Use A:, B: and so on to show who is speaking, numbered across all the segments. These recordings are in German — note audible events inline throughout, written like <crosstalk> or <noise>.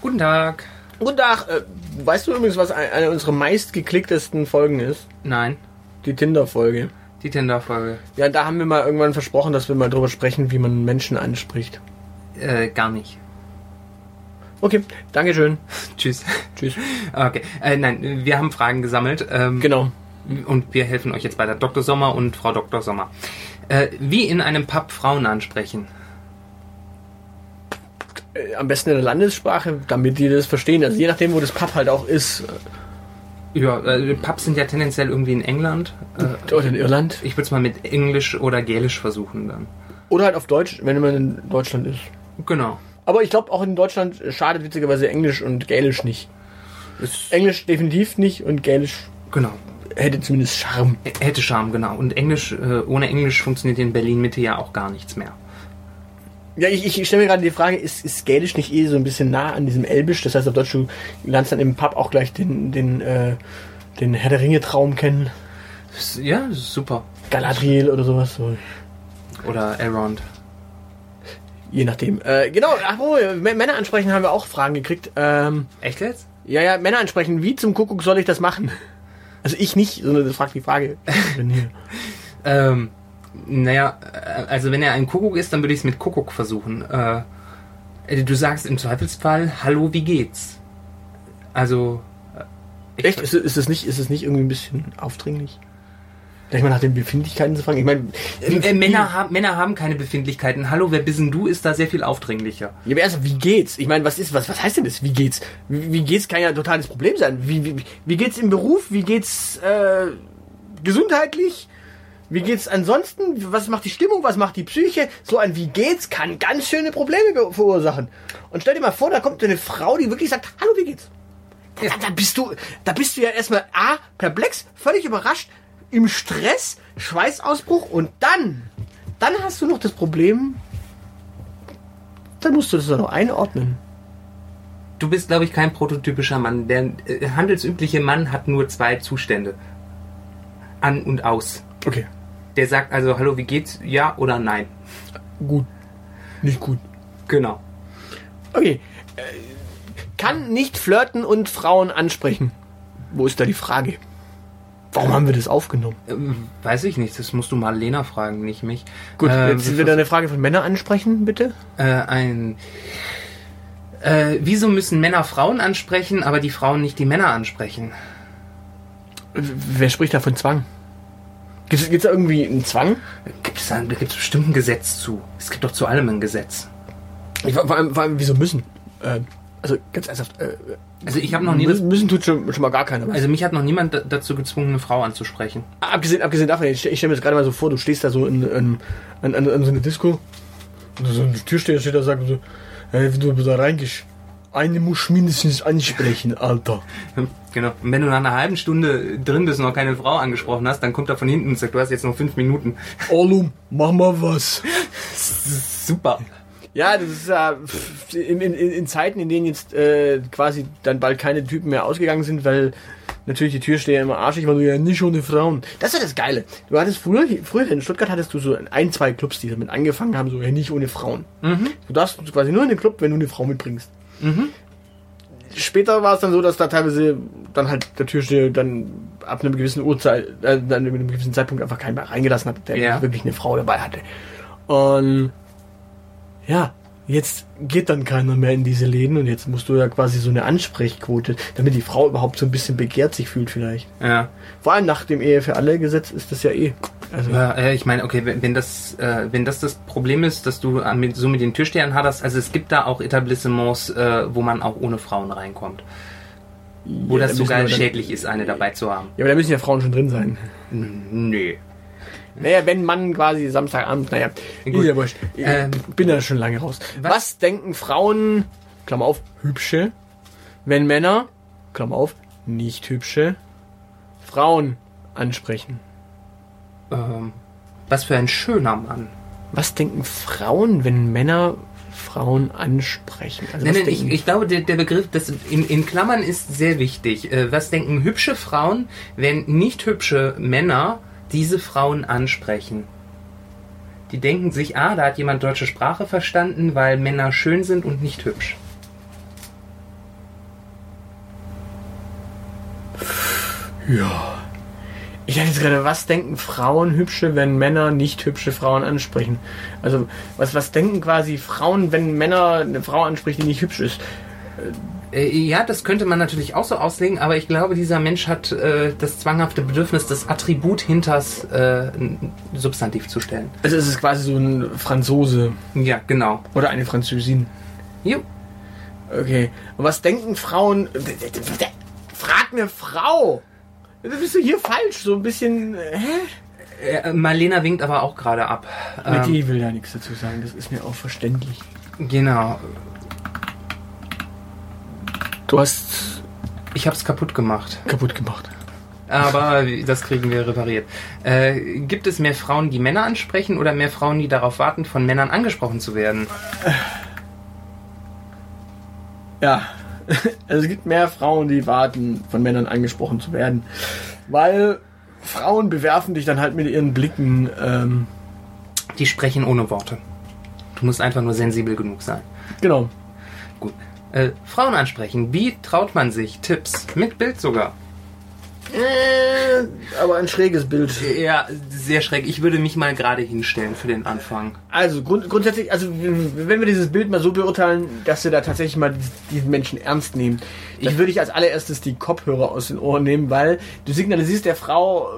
A: Guten Tag.
B: Guten Tag. Äh, weißt du übrigens, was ein- eine unserer meistgeklicktesten Folgen ist?
A: Nein,
B: Die Tinder-Folge.
A: die Tinder-Folge.
B: Ja, da haben wir mal irgendwann versprochen, dass wir mal drüber sprechen, wie man Menschen anspricht.
A: Äh, gar nicht. <laughs>
B: Okay, Dankeschön.
A: Tschüss.
B: Tschüss.
A: Okay. Äh, nein, wir haben Fragen gesammelt. Ähm,
B: Genau.
A: Und wir helfen euch jetzt weiter. Dr. Sommer und Frau Dr. Sommer. Äh, wie in einem Pub Frauen ansprechen.
B: Äh, Am besten in der Landessprache, damit die das verstehen. Also je nachdem, wo das Pub halt auch ist.
A: Ja, äh, Pubs sind ja tendenziell irgendwie in England. Äh,
B: Oder in Irland.
A: ich würde es mal mit Englisch oder Gälisch versuchen dann.
B: Oder halt auf Deutsch, wenn man in Deutschland ist.
A: Genau.
B: Aber ich glaube, auch in Deutschland äh, schadet witzigerweise Englisch und Gälisch nicht.
A: Es-
B: Englisch definitiv nicht und Gälisch
A: Genau.
B: hätte zumindest Charme.
A: H- Hätte Charme, genau. Und Englisch, äh, ohne Englisch funktioniert in Berlin-Mitte ja auch gar nichts mehr.
B: Ja, ich, ich stelle mir gerade die Frage, ist, ist Gälisch nicht eh so ein bisschen nah an diesem Elbisch? Das heißt, auf Deutsch, du lernst dann im Pub auch gleich den, den, äh, den Herr der Ringe-Traum kennen.
A: S- Ja, super.
B: Galadriel oder sowas. So.
A: Oder Elrond.
B: Je nachdem. Äh, genau, apropos, M- Männer ansprechen haben wir auch Fragen gekriegt. Ähm,
A: Echt jetzt?
B: ja, ja, Männer ansprechen. Wie zum Kuckuck soll ich das machen? <laughs> Also ich nicht, sondern das fragt
A: <laughs>
B: die Frage. Ich bin hier.
A: Ähm, naja, äh, also wenn er ein Kuckuck ist, dann würde ich es mit Kuckuck versuchen. Äh, äh, du sagst im Zweifelsfall, hallo, wie geht's? Also,
B: Echt? Ist, ist, das nicht, ist das nicht irgendwie ein bisschen aufdringlich? Gleich mal nach den Befindlichkeiten zu fragen? Ich meine,
A: äh, äh, Männer, haben, Männer haben keine Befindlichkeiten. Hallo, wer bist denn du, ist da sehr viel aufdringlicher.
B: Ja, aber erstmal, wie geht's? Ich meine, was ist, was, was heißt denn das? Wie geht's? Wie, wie geht's kann ja ein totales Problem sein. Wie, wie, wie geht's im Beruf? Wie geht's äh, gesundheitlich? Wie geht's ansonsten? Was macht die Stimmung? Was macht die Psyche? So ein Wie geht's kann ganz schöne Probleme be- verursachen. Und stell dir mal vor, da kommt so eine Frau, die wirklich sagt, hallo, wie geht's? Da, da bist du, da bist du ja erstmal A, perplex, völlig überrascht, im Stress, Schweißausbruch und dann, dann hast du noch das Problem, dann musst du das doch noch einordnen.
A: Du bist, glaube ich, kein prototypischer Mann. Der äh, handelsübliche Mann hat nur zwei Zustände. An und aus.
B: Okay.
A: Der sagt also, hallo, wie geht's? Ja oder nein?
B: Gut. Nicht gut.
A: Genau.
B: Okay. Äh, Kann nicht flirten und Frauen ansprechen. Wo ist da die Frage? Warum haben wir das aufgenommen?
A: Ähm, weiß ich nicht, das musst du mal Lena fragen, nicht mich.
B: Gut,
A: Ähm,
B: jetzt wieder eine Frage von Männern ansprechen, bitte.
A: äh, ein. Äh, wieso müssen Männer Frauen ansprechen, aber die Frauen nicht die Männer ansprechen?
B: Wer spricht da von Zwang? Gibt es da irgendwie einen Zwang?
A: Gibt es da gibt's bestimmt ein Gesetz zu? Es gibt doch zu allem ein Gesetz.
B: Ich, vor, vor allem, vor allem, wieso müssen? Äh, also ganz ernsthaft. Äh,
A: Also ich habe noch nie.
B: müssen, müssen tut schon, schon mal gar keiner.
A: Also mich hat noch niemand da- dazu gezwungen, eine Frau anzusprechen.
B: Ah, Abgesehen, abgesehen davon, ich stelle stell mir das gerade mal so vor, du stehst da so in, in, an- an- an so eine Disco und so ein Türsteher steht da und sagt so, hey, wenn du da reingehst, eine muss mindestens ansprechen, Alter.
A: Hm, Genau. Und wenn du nach einer halben Stunde drin bist und noch keine Frau angesprochen hast, dann kommt er von hinten und sagt, du hast jetzt noch fünf Minuten.
B: Olum, mach mal was.
A: Super.
B: Ja, das ist ja pff, in, in, in in Zeiten, in denen jetzt äh, quasi dann bald keine Typen mehr ausgegangen sind, weil natürlich die Türsteher immer arschig waren, so, ja nicht ohne Frauen. Das ist ja das Geile. Du hattest früher, früher in Stuttgart hattest du so ein, zwei Clubs, die damit angefangen haben, so ja nicht ohne Frauen. Du darfst quasi nur in den Club, wenn du eine Frau mitbringst. Später war es dann so, dass da teilweise dann halt der Türsteher dann ab einem gewissen Uhrzeit, äh, dann mit einem gewissen Zeitpunkt einfach keinen mehr reingelassen hat, der
A: Ja.
B: nicht wirklich eine Frau dabei hatte. Und ja, jetzt geht dann keiner mehr in diese Läden und jetzt musst du ja quasi so eine Ansprechquote, damit die Frau überhaupt so ein bisschen begehrt sich fühlt vielleicht.
A: Ja.
B: Vor allem nach dem Ehe für alle Gesetz ist das ja eh. Also
A: Ja, äh, ich meine, okay, wenn wenn das, äh, wenn das das Problem ist, dass du äh, mit, so mit den Türstehern haderst, also es gibt da auch Etablissements, äh, wo man auch ohne Frauen reinkommt. Wo
B: Ja,
A: das
B: da müssen wir
A: sogar
B: dann-
A: schädlich ist, eine dabei zu haben.
B: Ja, aber da müssen ja Frauen schon drin sein.
A: Nö.
B: Naja, wenn Mann quasi Samstagabend, naja,
A: Gut.
B: ist ja wurscht. Ich
A: Ähm,
B: bin da schon lange raus.
A: was-
B: Was, denken Frauen, Klammer auf, hübsche, wenn Männer, Klammer auf, nicht hübsche, Frauen ansprechen?
A: Ähm, was für ein schöner Mann.
B: Was denken Frauen, wenn Männer Frauen ansprechen? Also
A: Nein,
B: was
A: nein, ich,
B: denken-
A: ich glaube, der, der Begriff das in, in Klammern ist sehr wichtig. Äh, was denken hübsche Frauen, wenn nicht hübsche Männer diese Frauen ansprechen? Die denken sich, ah, da hat jemand deutsche Sprache verstanden, weil Männer schön sind und nicht hübsch.
B: Ja. Ich dachte jetzt gerade, was denken Frauen hübsche, wenn Männer nicht hübsche Frauen ansprechen? Also, was, was denken quasi Frauen, wenn Männer eine Frau anspricht, die nicht hübsch ist?
A: Äh, ja, das könnte man natürlich auch so auslegen, aber ich glaube, dieser Mensch hat äh, das zwanghafte Bedürfnis, das Attribut hinters äh, ein Substantiv zu stellen.
B: Also, es ist quasi so ein Franzose
A: Ja, genau.
B: oder eine Französin.
A: Jo.
B: Okay. Und was denken Frauen? Frag eine Frau! Da bist du hier falsch, so ein bisschen. Hä?
A: Äh, Marlena winkt aber auch gerade ab.
B: Mit
A: Ähm,
B: die will da nichts dazu sagen, das ist mir auch verständlich.
A: genau.
B: Du hast
A: Ich hab's kaputt gemacht.
B: kaputt gemacht.
A: Aber das kriegen wir repariert. Äh, gibt es mehr Frauen, die Männer ansprechen oder mehr Frauen, die darauf warten, von Männern angesprochen zu werden?
B: Ja. <laughs> Also es gibt mehr Frauen, die warten, von Männern angesprochen zu werden. Weil Frauen bewerfen dich dann halt mit ihren Blicken. Ähm,
A: Die sprechen ohne Worte. Du musst einfach nur sensibel genug sein.
B: genau.
A: Gut. Äh, Frauen ansprechen. Wie traut man sich? Tipps. Mit Bild sogar.
B: Äh, aber ein schräges Bild.
A: Ja, sehr schräg. Ich würde mich mal gerade hinstellen für den Anfang.
B: Also grund grundsätzlich, also wenn wir dieses Bild mal so beurteilen, dass wir da tatsächlich mal diesen Menschen ernst nehmen, dann würde ich als allererstes die Kopfhörer aus den Ohren nehmen, weil du signalisierst der Frau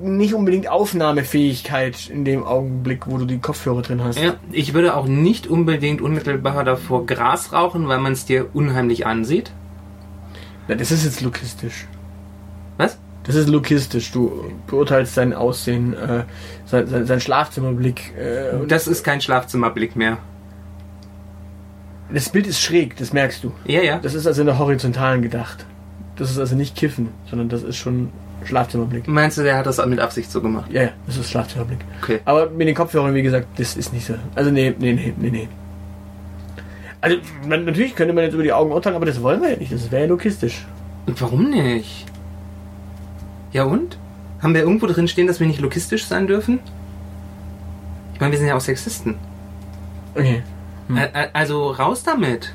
B: nicht unbedingt Aufnahmefähigkeit in dem Augenblick, wo du die Kopfhörer drin hast.
A: Ja, ich würde auch nicht unbedingt unmittelbar davor Gras rauchen, weil man es dir unheimlich ansieht.
B: Na, das ist jetzt lokistisch.
A: Was?
B: Das ist lokistisch. Du beurteilst sein Aussehen, äh, sein, sein, sein Schlafzimmerblick. Äh, und
A: Das ist kein Schlafzimmerblick mehr.
B: das Bild ist schräg, das merkst du.
A: Ja, ja.
B: Das ist also in der Horizontalen gedacht. Das ist also nicht Kiffen, sondern das ist schon Schlafzimmerblick.
A: Meinst du, der hat das mit Absicht so gemacht?
B: Ja, ja, das ist Schlafzimmerblick.
A: Okay.
B: Aber mit den Kopfhörern, wie gesagt, das ist nicht so. Also nee, nee, nee, nee, nee. Also man, natürlich könnte man jetzt über die Augen urteilen, aber das wollen wir ja nicht. Das wäre ja lokistisch.
A: Und warum nicht? Ja und? Haben wir irgendwo drin stehen, dass wir nicht lokistisch sein dürfen? Ich meine, wir sind ja auch Sexisten.
B: Okay. Hm.
A: Ä- ä- Also raus damit.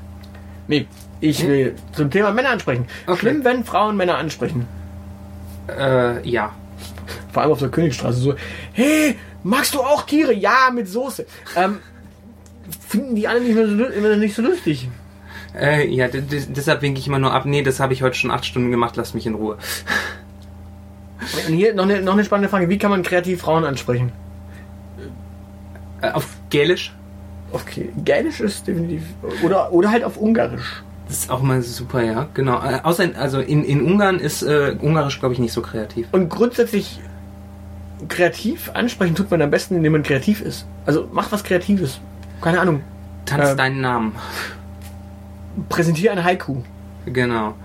B: Nee, ich
A: Hm?
B: will zum Thema Männer ansprechen.
A: Okay.
B: Schlimm, wenn Frauen Männer ansprechen.
A: Äh, ja.
B: Vor allem auf der Königstraße so, hey, magst du auch Tiere? Ja, mit Soße. Ähm, finden die alle nicht mehr so, lu- immer noch nicht so lustig.
A: Äh, ja, d- d- deshalb winke ich immer nur ab. Nee, das habe ich heute schon acht Stunden gemacht, lass mich in Ruhe.
B: Und hier noch eine, noch eine spannende Frage. Wie kann man kreativ Frauen ansprechen?
A: Äh, auf Gälisch?
B: Okay, Gälisch ist definitiv. Oder, oder halt auf Ungarisch.
A: Das ist auch mal super, ja, genau. Äh, außer, in, also in, in Ungarn ist äh, Ungarisch, glaube ich, nicht so kreativ.
B: Und grundsätzlich kreativ ansprechen tut man am besten, indem man kreativ ist. Also mach was Kreatives. Keine Ahnung.
A: Tanz
B: Ähm.
A: deinen Namen.
B: Präsentiere ein Haiku
A: Genau.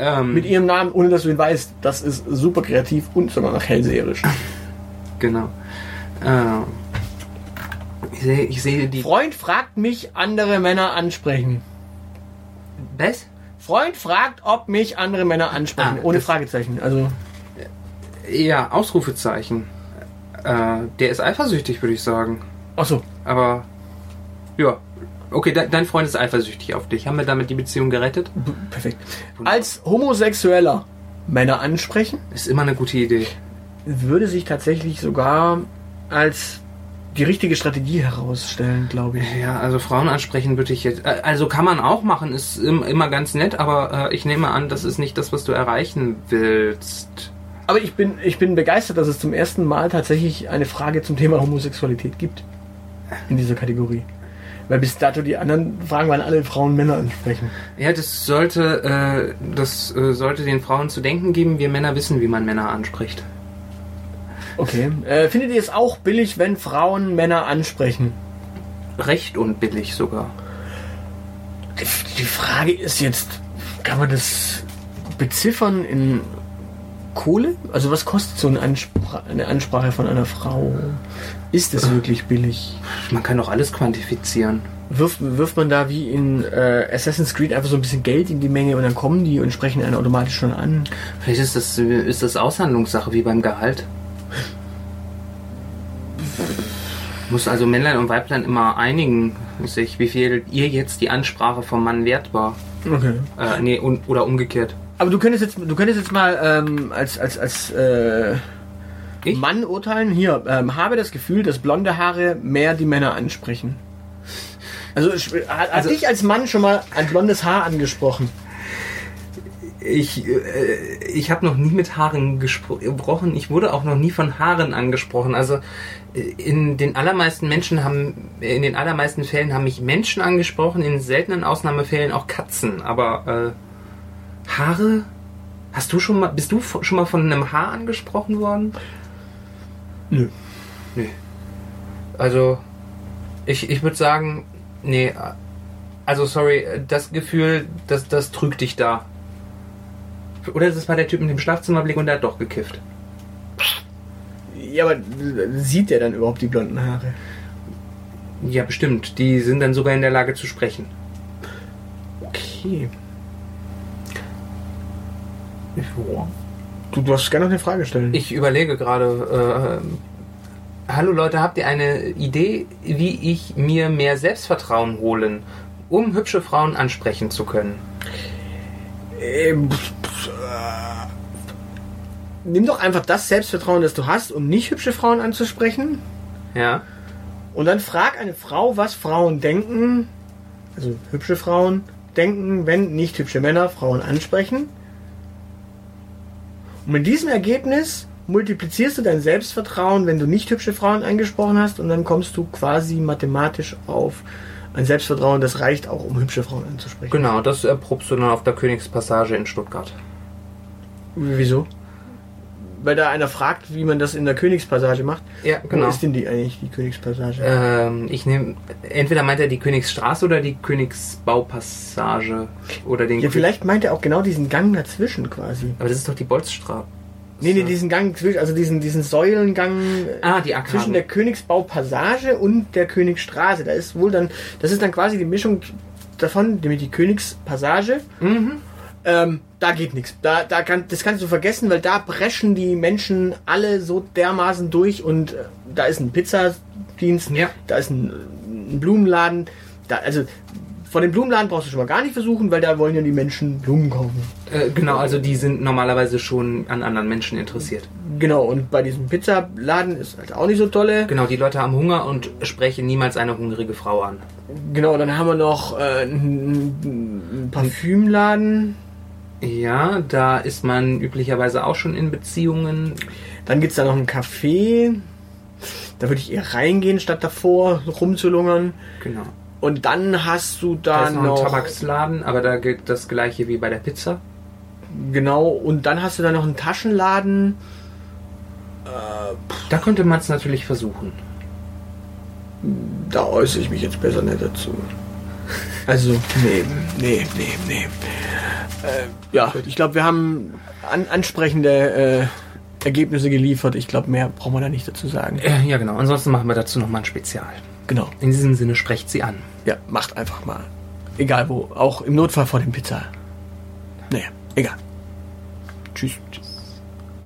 A: Ähm,
B: mit ihrem Namen, ohne dass du ihn weißt. Das ist super kreativ und sogar noch hellseherisch.
A: Genau. Ähm, ich sehe ich sehe die.
B: Freund fragt mich, andere Männer ansprechen.
A: Was?
B: Freund fragt, ob mich andere Männer ansprechen.
A: Ah,
B: ohne
A: das-
B: Fragezeichen. Also
A: Ja, Ausrufezeichen. Äh, der ist eifersüchtig, würde ich sagen.
B: ach so.
A: Aber ja, okay, de dein Freund ist eifersüchtig auf dich. Haben wir damit die Beziehung gerettet?
B: B- perfekt.
A: Hm.
B: Als Homosexueller Männer ansprechen
A: Ist immer eine gute Idee.
B: würde sich tatsächlich sogar als die richtige Strategie herausstellen, glaube ich.
A: Ja, also Frauen ansprechen würde ich jetzt. äh, Also kann man auch machen, ist im, immer ganz nett, aber äh, ich nehme an, das ist nicht das, was du erreichen willst.
B: Aber ich bin, ich bin begeistert, dass es zum ersten Mal tatsächlich eine Frage zum Thema Homosexualität gibt. In dieser Kategorie. Weil bis dato die anderen Fragen waren alle Frauen Männer ansprechen.
A: Ja, das sollte, äh, das äh, sollte den Frauen zu denken geben. Wir Männer wissen, wie man Männer anspricht.
B: Okay. Äh, findet ihr es auch billig, wenn Frauen Männer ansprechen?
A: Recht und billig sogar.
B: Die, die Frage ist jetzt, kann man das beziffern in Kohle? Also was kostet so eine, Anspra eine Ansprache von einer Frau? Ist es wirklich billig?
A: Man kann doch alles quantifizieren.
B: wirft, wirft man da wie in äh, Assassin's Creed einfach so ein bisschen Geld in die Menge und dann kommen die und sprechen einen automatisch schon an.
A: Vielleicht ist das, äh, ist das Aushandlungssache wie beim Gehalt. Muss also Männlein und Weiblein immer einigen, sich, wie viel ihr jetzt die Ansprache vom Mann wert war.
B: Okay.
A: Äh, nee, un oder umgekehrt.
B: Aber du könntest jetzt, du könntest jetzt mal ähm, als, als, als äh,
A: Ich?
B: Mann urteilen. Hier, ähm, habe das Gefühl, dass blonde Haare mehr die Männer ansprechen. Also, sp- hat, hat
A: Also-
B: dich als Mann schon mal ein blondes Haar angesprochen?
A: Ich, äh, ich habe noch nie mit Haaren gespro- gesprochen. Ich wurde auch noch nie von Haaren angesprochen. Also äh, in den allermeisten Menschen haben, äh, in den allermeisten Fällen haben mich Menschen angesprochen, in seltenen Ausnahmefällen auch Katzen. Aber äh, Haare? Hast du schon mal, bist du fo- schon mal von einem Haar angesprochen worden?
B: Nö.
A: Nö. Also, ich, ich würde sagen, nee, also sorry, das Gefühl, das, das trügt dich da. Oder das war der Typ mit dem Schlafzimmerblick und der hat doch gekifft.
B: Ja, aber äh, sieht der dann überhaupt die blonden Haare?
A: Ja, bestimmt. Die sind dann sogar in der Lage zu sprechen.
B: Okay. Ja. Du, du hast gerne noch eine Frage stellen.
A: Ich überlege gerade, äh, hallo Leute, habt ihr eine Idee, wie ich mir mehr Selbstvertrauen holen, um hübsche Frauen ansprechen zu können?
B: Ähm, pff, pff, äh, nimm doch einfach das Selbstvertrauen, das du hast, um nicht hübsche Frauen anzusprechen.
A: Ja?
B: Und dann frag eine Frau, was Frauen denken, also hübsche Frauen denken, wenn nicht hübsche Männer Frauen ansprechen. Und mit diesem Ergebnis multiplizierst du dein Selbstvertrauen, wenn du nicht hübsche Frauen angesprochen hast, und dann kommst du quasi mathematisch auf ein Selbstvertrauen, das reicht auch, um hübsche Frauen anzusprechen.
A: Genau, das erprobst du dann auf der Königspassage in Stuttgart.
B: Wieso? Weil da einer fragt, wie man das in der Königspassage macht.
A: Ja,
B: Genau. Wo
A: genau.
B: ist denn die eigentlich, die Königspassage?
A: Ähm, ich nehme, entweder meint er die Königsstraße oder die Königsbaupassage. Oder den
B: ja,
A: Kö-
B: vielleicht meint er auch genau diesen Gang dazwischen quasi.
A: Aber das ist doch die Bolzstraße.
B: Nee, nee, diesen Gang zwischen, also diesen, diesen Säulengang äh,
A: Ah, die
B: zwischen der
A: Arkaden.
B: Königsbaupassage und der Königsstraße. Da ist wohl dann, das ist dann quasi die Mischung davon, nämlich die Königspassage.
A: Mhm.
B: Ähm, da geht nichts. Da, da kann, das kannst du vergessen, weil da brechen die Menschen alle so dermaßen durch und äh, da ist ein Pizzadienst,
A: Ja.
B: da ist ein, äh, ein Blumenladen. Da, also von dem Blumenladen brauchst du schon mal gar nicht versuchen, weil da wollen ja die Menschen Blumen kaufen.
A: Äh, genau, also die sind normalerweise schon an anderen Menschen interessiert.
B: Genau, und bei diesem Pizzaladen ist halt auch nicht so tolle.
A: Genau, die Leute haben Hunger und sprechen niemals eine hungrige Frau an.
B: Genau, dann haben wir noch äh, einen einen Parfümladen.
A: Ja, da ist man üblicherweise auch schon in Beziehungen.
B: Dann gibt's da noch ein Café. Da würde ich eher reingehen, statt davor rumzulungern.
A: Genau.
B: Und dann hast du
A: Da
B: da,
A: ist noch, ein Tabaksladen, aber da gilt das gleiche wie bei der Pizza.
B: Genau, und dann hast du da noch einen Taschenladen.
A: Da könnte man es natürlich versuchen.
B: Da äußere ich mich jetzt besser nicht dazu. Also, nee, nee, nee, nee. Äh, ja, ich glaube, wir haben an, ansprechende äh, Ergebnisse geliefert. Ich glaube, mehr brauchen wir da nicht dazu sagen.
A: Äh, ja, genau. Ansonsten machen wir dazu nochmal ein Spezial.
B: Genau.
A: In diesem Sinne, sprecht sie an.
B: Ja, macht einfach mal. Egal wo. Auch im Notfall vor dem Pizza. Naja, egal. Tschüss.